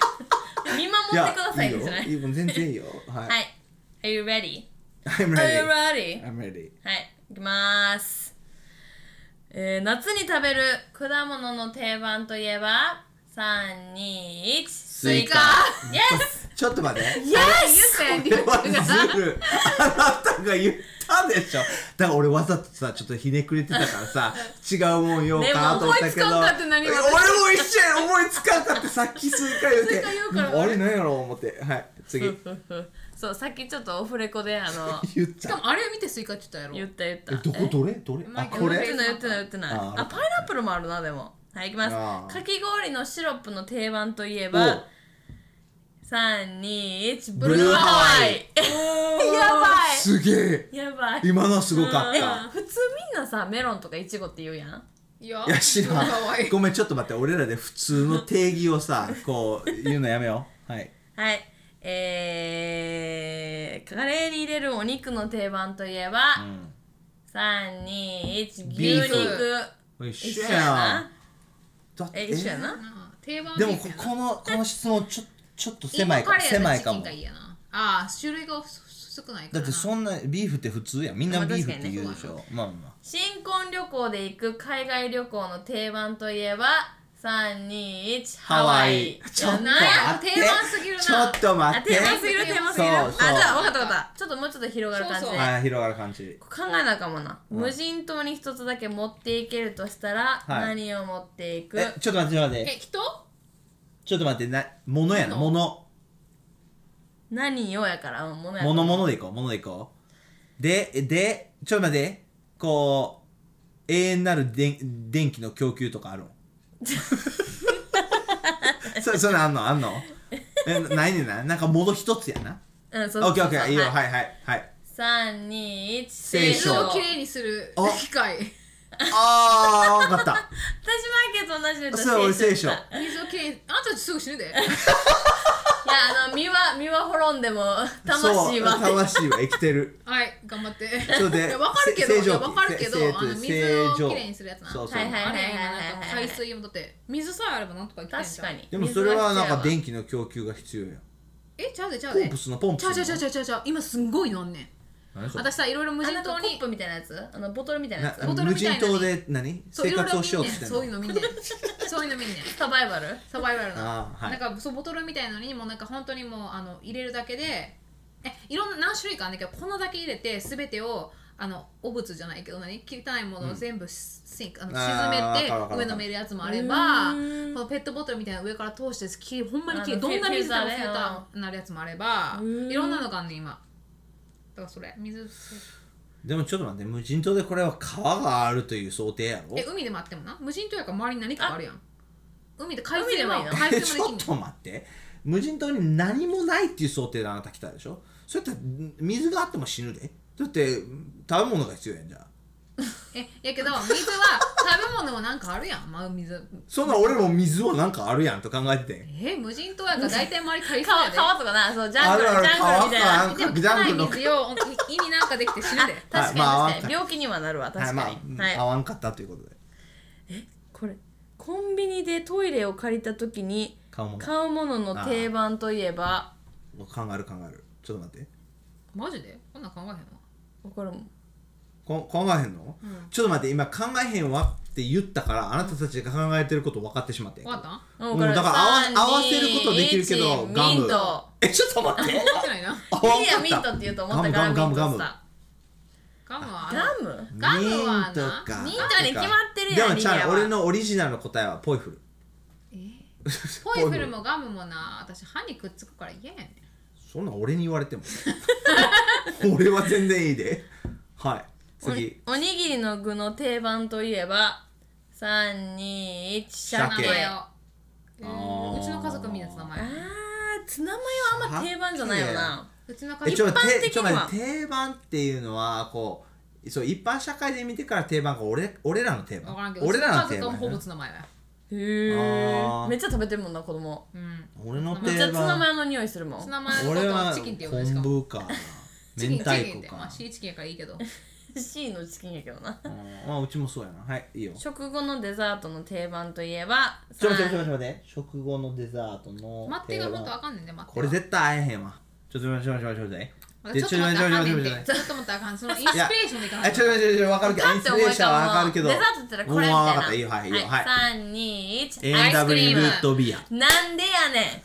Speaker 3: う
Speaker 4: 見守ってください
Speaker 1: い
Speaker 4: で
Speaker 1: や
Speaker 4: す
Speaker 1: い
Speaker 4: ね。
Speaker 1: いよいいよ全然いいよはい、
Speaker 4: はい。Are you ready?
Speaker 1: I'm
Speaker 4: Are
Speaker 1: ready
Speaker 4: you ready?
Speaker 1: I'm ready
Speaker 4: はい。いきます。えー、夏に食べる果物の定番といえば、3、2、1。ス
Speaker 1: イカ
Speaker 4: Yes!
Speaker 1: ちょっと待って
Speaker 3: イエス
Speaker 1: これはずるあなたが言ったでしょだから俺わざとさちょっとひねくれてたからさ違うもん言おうかなと思ったけど
Speaker 3: でも思いつかんかって何
Speaker 1: 俺
Speaker 3: が
Speaker 1: も一緒や思いつかんかってさっきスイカ言うて
Speaker 4: スイカ言うから
Speaker 1: うんあれなんやろ思ってはい次
Speaker 4: そう、さっきちょっとオフレコで、あ の、
Speaker 1: 言っ
Speaker 3: しか
Speaker 1: た
Speaker 3: もあれを見てスイカって言ったや
Speaker 4: 言っ
Speaker 3: ろ
Speaker 4: た言った。
Speaker 1: えどこどれどれあこ
Speaker 4: 言っ
Speaker 1: れ
Speaker 4: てない言ってない言ってない
Speaker 1: ああ
Speaker 4: あパイナップルもあるなでもはい行き
Speaker 1: あ
Speaker 4: ま
Speaker 1: あ
Speaker 4: すかき氷のシロップの定番といえ
Speaker 1: おう
Speaker 4: ば321
Speaker 1: ブ
Speaker 4: ブ
Speaker 1: ル
Speaker 4: ル
Speaker 1: ー
Speaker 4: ー
Speaker 1: ハ
Speaker 4: ハ
Speaker 1: ワ
Speaker 4: ワ
Speaker 1: イ
Speaker 4: イ や
Speaker 1: すげえ
Speaker 4: ばいやばい
Speaker 1: 今のはすごかっ
Speaker 4: うん
Speaker 1: た
Speaker 4: 普通みんなさメロンとかイチゴって言うやん
Speaker 3: いや
Speaker 1: いや知らん
Speaker 3: かわいい
Speaker 1: ごめんちょっと待って俺らで普通の定義をさこう言うのやめようはい
Speaker 4: はいえー、カレーに入れるお肉の定番といえば、
Speaker 1: うん
Speaker 4: 3、2、1、
Speaker 1: ビーフ
Speaker 4: 牛肉。
Speaker 1: おい一
Speaker 4: 一
Speaker 1: 緒
Speaker 4: 緒
Speaker 1: や
Speaker 4: や
Speaker 1: な
Speaker 4: な。
Speaker 1: だっ
Speaker 4: え、一緒やな。
Speaker 3: なあ定番
Speaker 1: で
Speaker 3: で
Speaker 1: も
Speaker 3: も
Speaker 1: こ
Speaker 3: こ
Speaker 1: このこの質問ちょちょっと狭
Speaker 3: 狭
Speaker 1: い
Speaker 3: い
Speaker 1: か
Speaker 3: か
Speaker 1: も
Speaker 3: も
Speaker 1: 狭
Speaker 3: 狭
Speaker 1: い
Speaker 3: い
Speaker 1: か
Speaker 3: か
Speaker 1: も
Speaker 3: も
Speaker 1: だ
Speaker 3: ああ種類が少ないからな
Speaker 1: ってそんなビーフって普通やんみんな
Speaker 4: まあ
Speaker 1: ビーフっ
Speaker 4: 確
Speaker 1: て
Speaker 4: かにね
Speaker 1: 言うでしょまあま
Speaker 4: 新婚旅行で行く海外旅行の定番といえば、3、2、1、ハワイ。
Speaker 1: ちょっと
Speaker 4: いや
Speaker 3: なん
Speaker 4: なんや
Speaker 3: や
Speaker 1: 待って
Speaker 3: 定番すぎる
Speaker 1: あ
Speaker 3: な
Speaker 1: ちょっと待
Speaker 4: あ、
Speaker 1: って
Speaker 4: 定番すぎる、定番すぎる。
Speaker 1: そうそ
Speaker 4: あ、
Speaker 1: う
Speaker 4: じゃあ、わかったわかった。ちょっともうちょっと広がる感じ
Speaker 3: そう
Speaker 4: で。
Speaker 3: そう
Speaker 1: はい広がる感じ
Speaker 4: 考えなあかんもんな、無人島に一つだけ持っていけるとしたら、
Speaker 1: はい
Speaker 4: 何を持っていく
Speaker 1: えちょっと待ってちょっと待っ
Speaker 3: え
Speaker 1: て
Speaker 3: 人
Speaker 1: ちょっと待ってな物やな
Speaker 3: 物
Speaker 1: 物
Speaker 4: 何をやからものや
Speaker 1: 物物でいこう物でいこうででちょっと待ってこう永遠なるで電気の供給とか あるのそそれあんのあんのえないねんななんか物一つやな
Speaker 4: うんそう
Speaker 1: オ
Speaker 4: そ
Speaker 1: ッ
Speaker 4: う
Speaker 1: ケ
Speaker 4: そ
Speaker 1: ーオッ
Speaker 4: う
Speaker 1: ケーいいよ
Speaker 4: はい
Speaker 1: はいはいはい
Speaker 4: 321
Speaker 1: 聖
Speaker 3: 水
Speaker 1: 書
Speaker 3: を
Speaker 4: 私
Speaker 3: き
Speaker 4: も
Speaker 3: れいにする
Speaker 1: お
Speaker 3: 機械
Speaker 1: ああ分かった
Speaker 4: アンケート同じで言った
Speaker 1: それ俺聖書
Speaker 4: い
Speaker 1: あ
Speaker 4: や
Speaker 3: 水をきれいにあんたすぐ死ぬで
Speaker 4: あの身は身は滅んでも魂は
Speaker 1: そう魂は生きてる
Speaker 3: はい頑張って
Speaker 1: それで
Speaker 3: いやわかるけど
Speaker 1: せ正
Speaker 3: いや
Speaker 1: 常期
Speaker 3: わかるけど
Speaker 1: せ
Speaker 3: あの
Speaker 1: せ
Speaker 3: 水
Speaker 1: 正
Speaker 3: を
Speaker 1: 常
Speaker 3: きれいにするやつな
Speaker 1: そうそう、
Speaker 4: はいはい
Speaker 3: あれやななんか
Speaker 4: はいはいはいはい
Speaker 3: 海水もだって水さえあればなんとか生きてん
Speaker 4: 確
Speaker 3: じゃん
Speaker 4: かに
Speaker 1: でもそれはなんか
Speaker 4: 水が必要やわ
Speaker 1: 電気の供給が必要やん
Speaker 3: えちゃうでちゃう
Speaker 1: ポ
Speaker 3: で
Speaker 1: ンプスのポンプ
Speaker 3: ちゃう
Speaker 1: ス
Speaker 3: ち
Speaker 1: の
Speaker 3: ゃうちゃうちゃうちゃう今すんごい飲んねん
Speaker 1: 何それ
Speaker 3: 私さいろいろ無人
Speaker 4: あの
Speaker 3: 島
Speaker 4: コッ
Speaker 3: に
Speaker 4: プみたいなやつあのボトルみたいなや
Speaker 1: な
Speaker 4: つ
Speaker 3: ボトル
Speaker 1: 無
Speaker 3: みたい
Speaker 1: 人
Speaker 3: な
Speaker 1: 島で何
Speaker 3: そう
Speaker 1: 生
Speaker 3: いろいろ
Speaker 1: 活を
Speaker 3: 見
Speaker 1: しよ
Speaker 3: ん
Speaker 1: う
Speaker 3: ね
Speaker 1: と
Speaker 3: ん
Speaker 1: してん
Speaker 3: そういう
Speaker 1: の
Speaker 3: の見んねんそういうの見んねん
Speaker 4: サバイバル
Speaker 3: サバイバル
Speaker 1: あ
Speaker 3: な
Speaker 1: ーはい
Speaker 3: なんかそうボトルみたいのにもうなんか本当にもうあの入れるだけでえいろんな何種類かあるんだけどこのだけ入れて全てをあの汚物じゃないけど何汚いものを全部シンク、あ
Speaker 1: あー
Speaker 3: の沈
Speaker 1: わかるわか
Speaker 3: め
Speaker 1: る
Speaker 3: て上飲めるやつもあれ
Speaker 4: う
Speaker 3: ば
Speaker 4: ーん
Speaker 3: このペットボトルみたいなの上から通してきれいほんまにきれ
Speaker 4: あ
Speaker 3: い
Speaker 4: の
Speaker 3: どんな水でも
Speaker 4: フィ
Speaker 3: フ
Speaker 4: ルターね
Speaker 3: ィルターになるやつもあれば
Speaker 4: うーん
Speaker 3: いろんなのがあるねん今だからそれ水
Speaker 1: でもちょっと待って無人島でこれは川があるという想定やろ
Speaker 3: え海でもあってもな無人島やから周りに何かがあるやん海で海
Speaker 4: 海で
Speaker 3: 水
Speaker 4: も
Speaker 3: も
Speaker 4: いいの
Speaker 3: 海
Speaker 1: ち
Speaker 3: 水も
Speaker 1: ょ
Speaker 3: で
Speaker 1: っ
Speaker 3: きん
Speaker 1: と
Speaker 3: の
Speaker 1: 待って無人島に何もないっていう想定であなた来たでしょそれって水があっても死ぬでだって食べ物が必要やんじゃん
Speaker 3: えや けど水は食べ物もなんかあるやんまあ水
Speaker 1: そんな俺も水はなんかあるやんと考えてて
Speaker 3: え無人島やから大体周り海水
Speaker 4: 川
Speaker 3: やで
Speaker 4: 川とかなそうジャ
Speaker 1: あ
Speaker 4: ングル
Speaker 1: るある
Speaker 4: ジャングルみたいな
Speaker 1: 川かジャングル
Speaker 3: で
Speaker 1: の
Speaker 3: 汚い 水を胃になんかできて死ぬで
Speaker 4: 確かに確
Speaker 1: まあ
Speaker 4: か
Speaker 1: わ
Speaker 4: に、
Speaker 1: かる
Speaker 4: 病気にはなるわ確かに、
Speaker 1: はいまあ、
Speaker 4: はい
Speaker 1: 合わんかったということで
Speaker 4: これコンビニでトイレを借りた時に
Speaker 1: 買うもの
Speaker 4: 買うものの定番といえば
Speaker 1: 考える考えるちょっと待って
Speaker 3: マジでこんなん考えへんわ
Speaker 4: これも
Speaker 1: こ考えへんの、ちょっと待って今考えへんわって言ったからあなたたちが考えてること分かってしまってん
Speaker 3: 分かった
Speaker 4: も
Speaker 1: う
Speaker 4: うんこれ
Speaker 1: だから
Speaker 4: 3
Speaker 1: 合わ合わせることできるけど
Speaker 4: 2 1
Speaker 1: ガム
Speaker 4: ミント
Speaker 1: えちょっと待 って
Speaker 3: やってないな
Speaker 1: あ
Speaker 4: いやミントって言うと思ったからミン
Speaker 1: ガム
Speaker 4: ト
Speaker 1: ガ
Speaker 4: っ
Speaker 1: ム
Speaker 4: つっ
Speaker 1: ガム
Speaker 4: た
Speaker 3: ガムはあ
Speaker 4: ガム
Speaker 3: ガム
Speaker 1: ミン
Speaker 3: はな
Speaker 1: トか
Speaker 4: ミントに決まってるやん
Speaker 1: でもちゃ
Speaker 4: リリア
Speaker 1: う
Speaker 4: は
Speaker 1: 俺のオリジナルの答えはポイフル
Speaker 3: ポイフルもガムもな私歯にくっつくから嫌やねん
Speaker 1: そんなん俺に言われても 俺は全然いいではい次
Speaker 4: おおにぎりの具の定番といえば321
Speaker 1: 鮭
Speaker 4: 鮭
Speaker 3: 名前をえ
Speaker 1: あー
Speaker 3: ーうちの家族みんな名前
Speaker 4: あーツナマヨはあんま定番じゃないよな
Speaker 3: うちの
Speaker 1: え
Speaker 3: 家
Speaker 1: ちょ
Speaker 3: 族
Speaker 1: っと待って
Speaker 4: 一般的
Speaker 1: ちょっ
Speaker 4: に
Speaker 1: と
Speaker 4: は
Speaker 1: 待って定番っていうのはこうそう一般社会で見てから定番が俺俺らの定
Speaker 3: 分から
Speaker 1: 番
Speaker 3: んけどうち
Speaker 1: 俺
Speaker 3: の
Speaker 1: ら
Speaker 3: 家
Speaker 1: の定
Speaker 3: 族は
Speaker 1: 番や
Speaker 3: もうほぼ
Speaker 1: な
Speaker 3: ツ名前や
Speaker 4: へ
Speaker 1: あ
Speaker 4: ー
Speaker 1: ー
Speaker 4: めっちゃ食べてるもんな子供
Speaker 3: うん
Speaker 1: 俺の
Speaker 4: めっ
Speaker 1: 定
Speaker 4: ちゃツナマ
Speaker 1: 番
Speaker 4: ヨの匂いするもん
Speaker 3: ツ名前のこ
Speaker 1: 俺
Speaker 3: と
Speaker 1: は
Speaker 3: チキンって呼ぶんです
Speaker 1: 昆
Speaker 3: か
Speaker 1: 布か
Speaker 3: チ
Speaker 1: 明
Speaker 3: キンチ
Speaker 1: 太
Speaker 3: キン
Speaker 1: 子
Speaker 3: ってま
Speaker 1: か
Speaker 3: あシーチキンやからい いけど
Speaker 4: C のチキンやけどな
Speaker 1: うんまあうちもそうやなはいいいよちょ
Speaker 4: 食後のデザートの定番といえば
Speaker 1: っと待ってちょ
Speaker 4: さ
Speaker 1: っと待って食後のデザートの
Speaker 3: 待って
Speaker 1: 定
Speaker 3: が
Speaker 1: 番
Speaker 3: 本当わかんねんね待って
Speaker 1: これ絶対会えへんわちょっと待ってちょっと待ってちょっと待って
Speaker 3: ちょ
Speaker 1: で
Speaker 3: っと待ってあかんねん
Speaker 1: ちょっと待ってちょっと待ってちょっと待って
Speaker 3: てちょっと待ってあかんそのインスピレーションでいかな
Speaker 1: え
Speaker 3: い
Speaker 1: ちょっと待ってちょっと待ってわかるけど
Speaker 4: パ
Speaker 1: インス
Speaker 4: ッて
Speaker 1: ピレ
Speaker 4: 思
Speaker 1: ー
Speaker 4: い浮
Speaker 1: ションはわか
Speaker 4: か
Speaker 1: る
Speaker 4: ぶ
Speaker 1: け
Speaker 4: の
Speaker 1: ど
Speaker 4: デザートって言ったらこれみたい
Speaker 1: もう
Speaker 4: な
Speaker 1: わかったいいよはいいいよはい
Speaker 4: 321アイスク
Speaker 1: NW
Speaker 4: リーム
Speaker 1: ルートビアだ
Speaker 4: なんでやね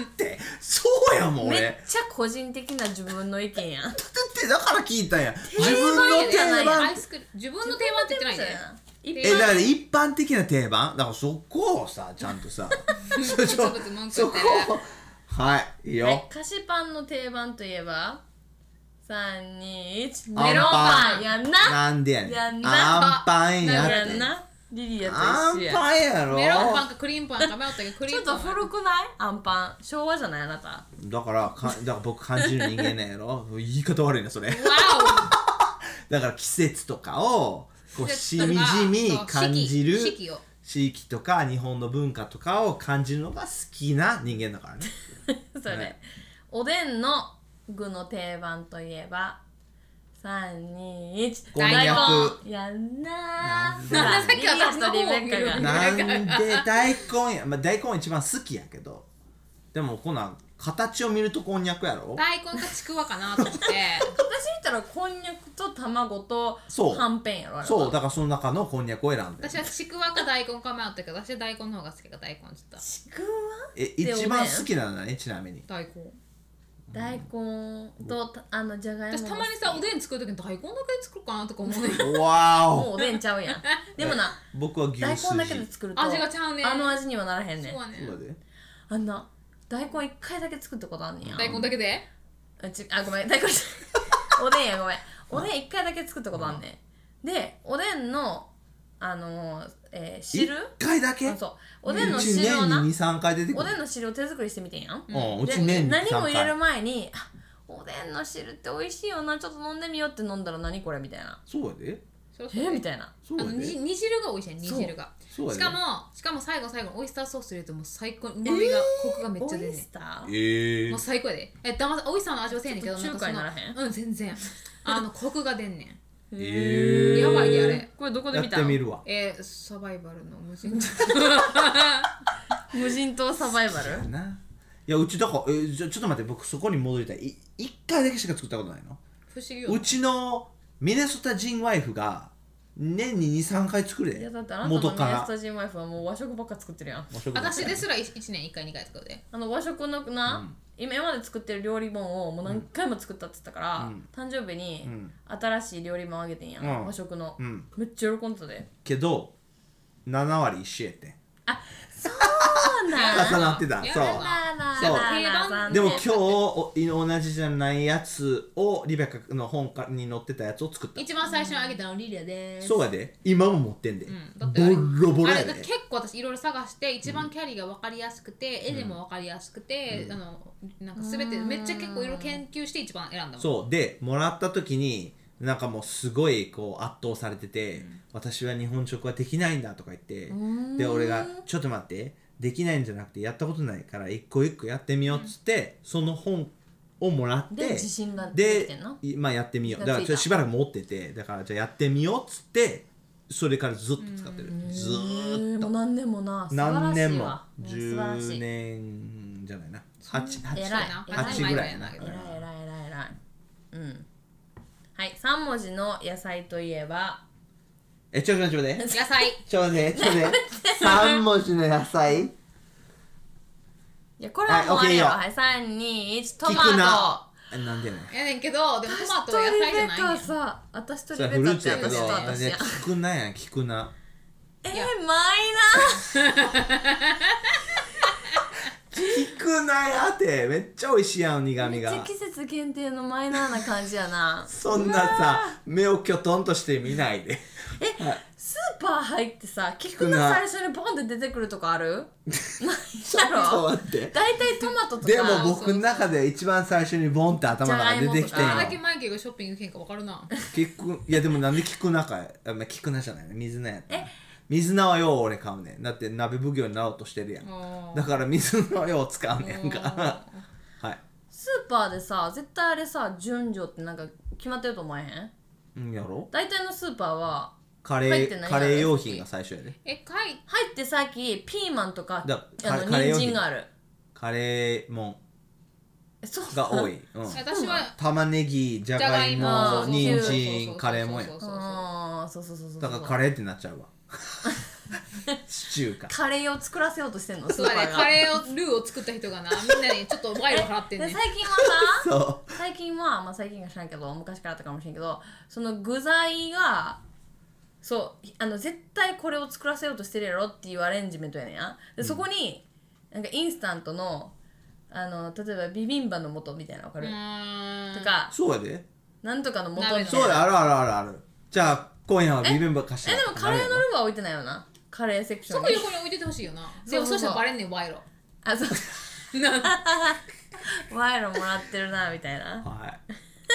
Speaker 1: ってそうやもん
Speaker 4: ん
Speaker 1: 俺
Speaker 4: めっ
Speaker 1: だっ
Speaker 4: ちゃ個人的な自分の意見やん
Speaker 1: てだから聞いたんや自分の定
Speaker 3: ア
Speaker 1: 番
Speaker 3: イスクリーム自分の定番って言ってないね
Speaker 4: 一
Speaker 1: えだ
Speaker 4: 般
Speaker 1: から一般的な定番だからそこをさちゃんと さそ
Speaker 3: ブツブツ文句
Speaker 1: そ
Speaker 3: 言
Speaker 1: こ
Speaker 3: ってる
Speaker 1: をはいいいよ、
Speaker 4: はい菓子パンの定番といえば321
Speaker 1: あん
Speaker 4: メロ
Speaker 1: パン
Speaker 4: ンパンやんな
Speaker 1: なんでやねん
Speaker 4: やん
Speaker 1: あ
Speaker 4: なん
Speaker 1: パンや
Speaker 4: や
Speaker 1: っ
Speaker 4: ん
Speaker 1: て
Speaker 4: なリリア
Speaker 1: あ
Speaker 4: と
Speaker 1: ん
Speaker 4: 一緒や
Speaker 1: パンやろ
Speaker 3: メロンパンかクリームパンか迷ったけどクリ
Speaker 4: ち
Speaker 3: ー
Speaker 4: ょっ
Speaker 3: ムパ
Speaker 4: と
Speaker 3: ン
Speaker 4: 古くないアンパン昭和じゃないあなた
Speaker 1: だからかだから僕感じる人間なんやろ言い方悪いなそれ
Speaker 3: わ
Speaker 1: だから季節とかをこう
Speaker 3: 季
Speaker 1: し
Speaker 3: 節と
Speaker 1: み
Speaker 3: か
Speaker 1: じみ
Speaker 3: そう
Speaker 1: 感じる
Speaker 3: 四季四季を
Speaker 1: 地域とか日本の文化とかを感じるのが好きな人間だからね
Speaker 4: それ、
Speaker 1: ね
Speaker 4: おでんの具の定番といえば321
Speaker 1: こんにゃく
Speaker 4: やん
Speaker 1: な
Speaker 4: なー
Speaker 1: ん
Speaker 3: でだ
Speaker 4: さっき私とリベッカが
Speaker 1: なんで大根や、まあ、大根一番好きやけどでもこんなん形を見るとこんにゃくやろ
Speaker 3: 大根かちくわかなと思って
Speaker 4: 私 見たらこんにゃくと卵と
Speaker 1: そう
Speaker 4: はんぺんやろあれは
Speaker 1: そうだからその中のこんにゃくを選んで
Speaker 3: 私はちくわか大根か迷ったけど私は大根の方が好きか大根ちょっ
Speaker 4: ちくわ
Speaker 1: え
Speaker 4: で
Speaker 1: 一
Speaker 4: お
Speaker 1: 番
Speaker 4: でん
Speaker 1: 好きなのはねちなみに
Speaker 3: と大根
Speaker 4: 大根とたあのじゃがいも
Speaker 3: 私たまにさおでん作る時に大根だけ作ろうかなとか思う ねん
Speaker 1: わ
Speaker 4: もう
Speaker 1: お
Speaker 4: おでんちゃうや んでもな
Speaker 1: 僕は牛
Speaker 4: 大
Speaker 1: す
Speaker 4: 根だ
Speaker 1: じ
Speaker 4: けで作ると
Speaker 3: 味がちゃうね
Speaker 4: あの味にはならへんねん
Speaker 3: そうはね
Speaker 1: そうだで
Speaker 4: あんな大根一回だけ作ったことあんねんや
Speaker 3: 大根だけで
Speaker 4: あちあごめ ん大根じゃおでんやごめんおでん一回だけ作ったことあんねんでおでんのあのーえー汁
Speaker 1: 一回だけ
Speaker 4: あそうおでんの
Speaker 1: うち
Speaker 4: 汁を
Speaker 1: 年
Speaker 4: な
Speaker 1: に23回出てく
Speaker 4: お
Speaker 1: る
Speaker 4: でんの汁を手作りしてみてんやん
Speaker 1: うんう
Speaker 4: で
Speaker 1: ち年に
Speaker 4: 何も入れる
Speaker 1: 3回
Speaker 4: 前にあおでんの汁って美味しいよなちょっと飲んでみようって飲んだら何これみたいな
Speaker 1: そうやで
Speaker 3: そうそう
Speaker 4: えみたいな
Speaker 1: そう
Speaker 3: あ
Speaker 1: や
Speaker 3: の
Speaker 1: で
Speaker 3: に煮汁が美味しいね煮汁が
Speaker 1: そうや
Speaker 3: し
Speaker 1: で
Speaker 3: かもしかも最後最後にオイスターソース入れてもう最高にうまみが、コクがめっちゃ出
Speaker 4: オ
Speaker 3: る
Speaker 4: イ
Speaker 3: ね
Speaker 4: スタ
Speaker 1: え
Speaker 4: ー
Speaker 1: え
Speaker 3: んもう最高やでえだまオイスターの味はせえねんけど
Speaker 4: ちょっと中華にならへん
Speaker 3: んかそのうん全然 あのコクが出んねん
Speaker 1: え
Speaker 3: やばいであれ
Speaker 4: これどこで
Speaker 1: や
Speaker 4: 見
Speaker 1: ったてみるわ
Speaker 3: えー、サバイバルの 無人島
Speaker 4: 無人島サバイバル
Speaker 1: ないやうちだからえじゃちょっと待って僕そこに戻りたいい一回だけしか作ったことないの
Speaker 3: 不思議よ
Speaker 1: うちのミネソタ人ワイフが年に23回作る
Speaker 4: い
Speaker 1: で
Speaker 4: やだってあなたの
Speaker 1: 元
Speaker 4: ミ
Speaker 1: か
Speaker 4: ネ
Speaker 1: ら
Speaker 4: スタジンワイフはもう和食ばっか作ってるやん
Speaker 1: 元から
Speaker 3: 私ですらい一年一回二回使うで
Speaker 4: あの和食のな、今まで作ってる料理本をもう何回も作ったって言ったから、誕生日に
Speaker 1: ん
Speaker 4: 新しい料理本あげてんや、
Speaker 1: うん
Speaker 4: 和食の、
Speaker 1: うん
Speaker 4: めっちゃ喜んでたで
Speaker 1: けど7割一緒やってん
Speaker 4: そうなん
Speaker 1: 重なってた
Speaker 3: や
Speaker 1: そう
Speaker 3: やだ
Speaker 1: そう
Speaker 3: なん
Speaker 1: でも今日お同じじゃないやつをリベカの本かに載ってたやつを作った
Speaker 3: 一番最初にあげたのリリアでーす
Speaker 1: そうやで今も持ってんで、
Speaker 3: んだって
Speaker 1: ボッロボロ
Speaker 3: あ
Speaker 1: や
Speaker 3: れ
Speaker 1: で
Speaker 3: だ結構私いろいろ探して一番キャリーが分かりやすくて、絵でも分かりやすくて、あのなんか全てめっちゃ結構いろいろ研究して一番選んだもん
Speaker 1: そうでもらった時になんかもうすごいこう圧倒されてて、私は日本食はできないんだとか言ってで俺が「ちょっと待ってできないんじゃなくてやったことないから一個一個やってみよう」っつって、その本をもらって
Speaker 4: で自信ができて
Speaker 1: で
Speaker 4: んの
Speaker 1: まあやってみよう
Speaker 4: 気
Speaker 1: だ
Speaker 4: が
Speaker 1: か
Speaker 4: つい
Speaker 1: らち
Speaker 4: た
Speaker 1: ょっとしばらく持っててだからじゃあやってみようっつってそれからずっと使ってるずーっ
Speaker 4: えーもう何年もな
Speaker 1: と何年も
Speaker 4: 素
Speaker 1: 10
Speaker 4: 晴らしいわ
Speaker 1: 年じゃないな8
Speaker 4: うん
Speaker 1: 八
Speaker 4: 偉い
Speaker 3: な
Speaker 1: 八ぐらいやな
Speaker 3: 偉い
Speaker 4: うん素晴らしい偉い偉い偉い偉いうんはい3文字の野菜といえば
Speaker 1: えちょちょちょで
Speaker 3: 野菜
Speaker 1: ちょうね、ちょうね。三文字の野菜。
Speaker 4: いやこれはもう
Speaker 1: はい
Speaker 4: あれやわ
Speaker 1: オッ
Speaker 4: は
Speaker 1: ケ
Speaker 4: い321ト
Speaker 1: 聞
Speaker 4: マ
Speaker 1: く
Speaker 4: ト
Speaker 1: な。えなんでやねん。
Speaker 3: やねんけどでもトマトは野菜じゃないねん
Speaker 4: さ私と
Speaker 1: それ
Speaker 4: リ
Speaker 1: はフ
Speaker 4: ベ
Speaker 1: ルー
Speaker 4: カっ
Speaker 1: ツ
Speaker 4: て
Speaker 1: やけど、
Speaker 4: 私と
Speaker 1: あれ
Speaker 4: 私
Speaker 1: ね
Speaker 4: や、
Speaker 1: 聞くなやん、聞くな。
Speaker 4: えー、マイ
Speaker 3: や
Speaker 4: ナ
Speaker 1: 聞くなやって、めっちゃ美味しいやん、苦味
Speaker 4: ー
Speaker 1: が
Speaker 4: 季。節限定のマイナーな感じやな
Speaker 1: そんなさ、目をきょとんとして見ないで。
Speaker 4: え、
Speaker 1: はい
Speaker 4: スーパー入ってさキク
Speaker 1: くな
Speaker 4: ナ最初にボンって出てくるとか あるないや
Speaker 1: ちょ
Speaker 4: ろ
Speaker 1: っと待って。
Speaker 4: 大体トマトとか
Speaker 1: でも僕の中で一番最初にボンって頭の中で出てきてん
Speaker 4: じゃ
Speaker 1: よ
Speaker 4: が
Speaker 3: だけマイケルがショッピング行けんか分かるな
Speaker 1: 聞くいやでもなんで聞くなかあまあ聞くなじゃないね水菜やったな水菜はよう俺買うねんだって鍋奉行になろうとしてるやん
Speaker 3: あー
Speaker 1: だから水菜はよう使うねんか はい
Speaker 4: スーパーでさ絶対あれさ順序ってなんか決まってると思えへん
Speaker 1: うんやろ
Speaker 4: 大体のスーパーは
Speaker 1: カレ
Speaker 4: 入ってな
Speaker 1: ー
Speaker 4: いやろ
Speaker 1: カレー用品が最初やで
Speaker 3: えかい
Speaker 4: 入ってさっきピーマンとか
Speaker 1: だ
Speaker 4: あ
Speaker 1: カレー
Speaker 4: の人
Speaker 1: 用
Speaker 4: 参
Speaker 1: 品
Speaker 4: がある
Speaker 1: カレーも
Speaker 4: えそう
Speaker 1: ンが 多い、うん、
Speaker 3: 私は
Speaker 1: 玉ねぎじゃ
Speaker 3: じゃ
Speaker 1: が
Speaker 3: が
Speaker 1: い
Speaker 3: い
Speaker 1: も
Speaker 3: も
Speaker 1: 人
Speaker 3: そうそうそうそう
Speaker 1: 参カレーもんや
Speaker 3: そうそうそう
Speaker 4: ああそうそうそうそう
Speaker 1: だからカレーってなっち ゃうわシチューか
Speaker 4: カレーを作らせようとしてんのス
Speaker 3: そ
Speaker 4: ー
Speaker 3: う
Speaker 4: パ
Speaker 3: や
Speaker 4: ー
Speaker 3: ね
Speaker 4: が
Speaker 3: カレーをルーを作った人がなみんなにちょっと賄賂払ってんね
Speaker 4: で
Speaker 3: ん
Speaker 4: 最近はさ
Speaker 1: そ
Speaker 4: 最近はまあ最近は知らんけど昔からあったかもしれんけどその具材がそうあの絶対これを作らせようとしてるやろっていうアレンジメントやねんやでそこになんかインスタントのあの例えばビビンバの素みたいなのわか
Speaker 3: う
Speaker 4: る、
Speaker 3: ーん
Speaker 4: と
Speaker 1: う
Speaker 4: か
Speaker 1: そうやで
Speaker 4: なんとかの素みたいな
Speaker 3: 鍋の
Speaker 1: そうやあるあるあるあるじゃあ今夜はビビンバ貸して
Speaker 4: えでもカレーの
Speaker 1: なる
Speaker 4: ルーは置いてないよなカレーセクショ
Speaker 3: そ
Speaker 4: ン
Speaker 3: こ
Speaker 4: に
Speaker 3: 横に置いててほしいよなでも
Speaker 4: そうそうそう
Speaker 3: そしたらバレんねん賄賂
Speaker 4: あそう 賄賂もらってるなみたいな
Speaker 1: やろは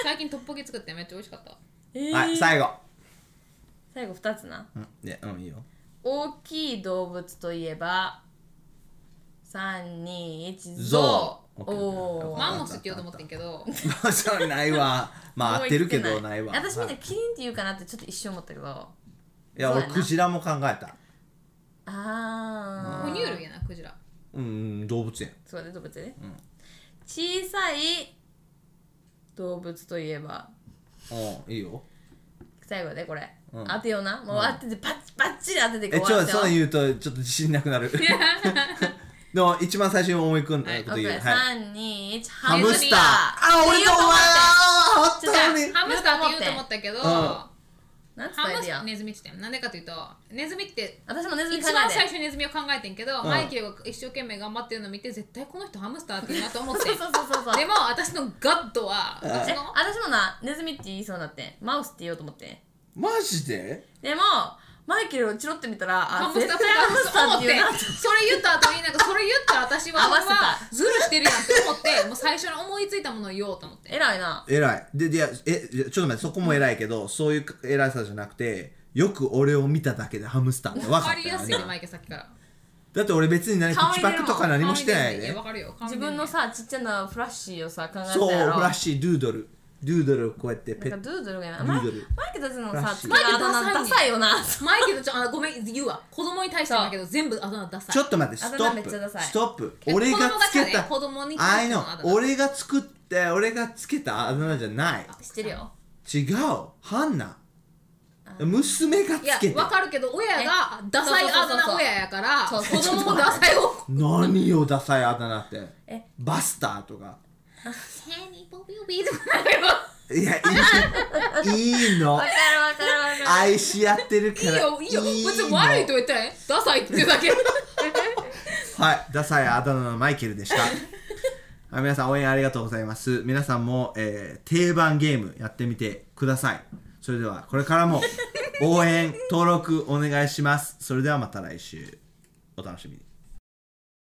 Speaker 3: 最近トッポギ作ってめっちゃ美味しかった
Speaker 4: えー
Speaker 1: い、はい、最後
Speaker 4: 最後2つな
Speaker 1: うん、ね、うん、いいよ。
Speaker 4: 大きい動物といえば321ゾ
Speaker 1: ゾ
Speaker 4: ウ
Speaker 1: ウオッ
Speaker 4: お
Speaker 1: ケーオッケー
Speaker 4: ー
Speaker 3: マンモスって言おうと思ってんけど
Speaker 1: まあそれないわまあ合ってるけ
Speaker 4: も
Speaker 1: ど
Speaker 4: う言
Speaker 1: ないわ
Speaker 4: 私みん
Speaker 1: は
Speaker 4: ないキリンって言うかなってちょっと一瞬思ったけどあ
Speaker 1: いや俺
Speaker 4: そうやな
Speaker 1: クジラも考えた
Speaker 4: あ
Speaker 3: 哺
Speaker 4: ー
Speaker 3: 乳類やなクジラ
Speaker 1: うん動物園
Speaker 4: そうだね動物ね、小さい動物といえば
Speaker 1: うんいいよ
Speaker 4: 最後やでこれ、
Speaker 1: うん
Speaker 4: 当てようなもう当ててパッチパッチリ当てて
Speaker 1: え
Speaker 4: 終
Speaker 1: ちょっ
Speaker 4: わっ
Speaker 1: と
Speaker 4: ちゃ
Speaker 1: そうう言うとちょっと自信なくなるでも一番最初に思い浮かんだこと言う、はい
Speaker 4: OK321、ハ
Speaker 1: ハム
Speaker 4: ム
Speaker 1: ス
Speaker 4: ス
Speaker 1: タ
Speaker 4: タ
Speaker 1: ー
Speaker 4: ー
Speaker 1: あ俺
Speaker 4: って
Speaker 1: と
Speaker 4: 言う
Speaker 1: お
Speaker 4: と思っ
Speaker 1: 前あ
Speaker 4: てちょっと
Speaker 1: 本当に
Speaker 3: ハムスターって言うと思ったけど
Speaker 1: ん
Speaker 3: ハ
Speaker 4: なんつったらい
Speaker 3: ム
Speaker 4: い
Speaker 3: ス
Speaker 4: や
Speaker 3: ターネズミって言ったよなんでかというとネズミって
Speaker 4: 私もネズミ
Speaker 3: 一
Speaker 4: 考
Speaker 3: 番
Speaker 4: え
Speaker 3: 最
Speaker 4: て
Speaker 3: 初にネズミを考えてんけど、
Speaker 1: うん
Speaker 3: マイケルが一生懸命頑張ってるのを見て絶対この人ハムスターって言うなと思って
Speaker 4: そうそうそうそう
Speaker 3: でも私のガッドは私
Speaker 4: え
Speaker 3: の
Speaker 4: 私もなネズミって言いそうになってマウスって言おうと思って
Speaker 1: マジで
Speaker 4: でもマイケルをチロって見たら
Speaker 3: ハ
Speaker 4: あ
Speaker 3: ム
Speaker 4: 絶
Speaker 3: スタ
Speaker 4: 対
Speaker 3: ーとか
Speaker 4: ハムスター
Speaker 3: 思
Speaker 4: っ
Speaker 3: ってて
Speaker 4: 言うなって
Speaker 3: それ言った後になんかそれ言ったら私は
Speaker 4: 合わせた
Speaker 3: ほんまズルしてるやんって思ってもう最初に思いついたものを言おうと思って
Speaker 4: 偉いな
Speaker 1: 偉いでいやえいやちょっと待ってそこも偉いけど、そういう偉さじゃなくてよく俺を見ただけでハムスターって分か
Speaker 3: 分
Speaker 1: った
Speaker 3: か
Speaker 1: よ
Speaker 3: りやすいね
Speaker 1: な
Speaker 3: マイケルさっきから
Speaker 1: だって俺別に何
Speaker 4: 顔
Speaker 1: 口
Speaker 4: 入
Speaker 1: パ
Speaker 4: れる
Speaker 1: ク
Speaker 4: もん
Speaker 1: とか何もしてない
Speaker 3: い
Speaker 1: で、
Speaker 3: や分かるよ
Speaker 4: 自分のさちっちゃなフラッシーをさ考えてた
Speaker 1: そうフ
Speaker 4: やろ
Speaker 1: ラッシードゥードルドゥードルをこうやってペ
Speaker 4: なん
Speaker 1: ッ
Speaker 4: かドゥードルが今
Speaker 1: ド
Speaker 4: マ
Speaker 1: ゥ
Speaker 4: イ
Speaker 1: ードル
Speaker 4: マイケルたちの
Speaker 1: フラ
Speaker 4: さ
Speaker 1: ッシー
Speaker 4: つけあだ名ダサいよな
Speaker 3: マイケルちょあごめん言うわ子供に対してだけど全部あだ名ダサい
Speaker 1: ちょっと待って、スト
Speaker 4: あだ名めっちゃ
Speaker 1: ッ
Speaker 4: ダ
Speaker 1: プ。
Speaker 4: サい
Speaker 1: ストップ。
Speaker 3: え
Speaker 1: 俺がつけた。
Speaker 3: 子供の中で子供に
Speaker 1: I
Speaker 3: 対して
Speaker 1: know
Speaker 3: のあだ名
Speaker 1: 俺が作って、俺がつけたあだ名じゃない。
Speaker 4: 知ってるよ
Speaker 1: 違う。ハンナ。娘がつ
Speaker 3: いや
Speaker 1: けて。
Speaker 3: 分かるけど親がダサいあだ名親やから
Speaker 4: そう
Speaker 3: 子
Speaker 4: そうそうそう
Speaker 3: 供もダサいを
Speaker 1: 何よ、ダサいあだ名って
Speaker 4: え。
Speaker 1: バスターとか。
Speaker 3: ボビオビとかなるよ
Speaker 1: いや、 いいいいの
Speaker 4: わ。かるわかるわかる
Speaker 1: 愛し合ってるか
Speaker 3: いい
Speaker 1: ら。
Speaker 3: よいいよ
Speaker 1: の
Speaker 3: 別に悪いと言ったらえダサいって言うだけ
Speaker 1: はい、ダサいあだ名のマイケルでした。 あ皆さん応援ありがとうございます。皆さんも、えー定番ゲームやってみてください。それではこれからも応援、登録お願いします。それではまた来週。お楽しみに。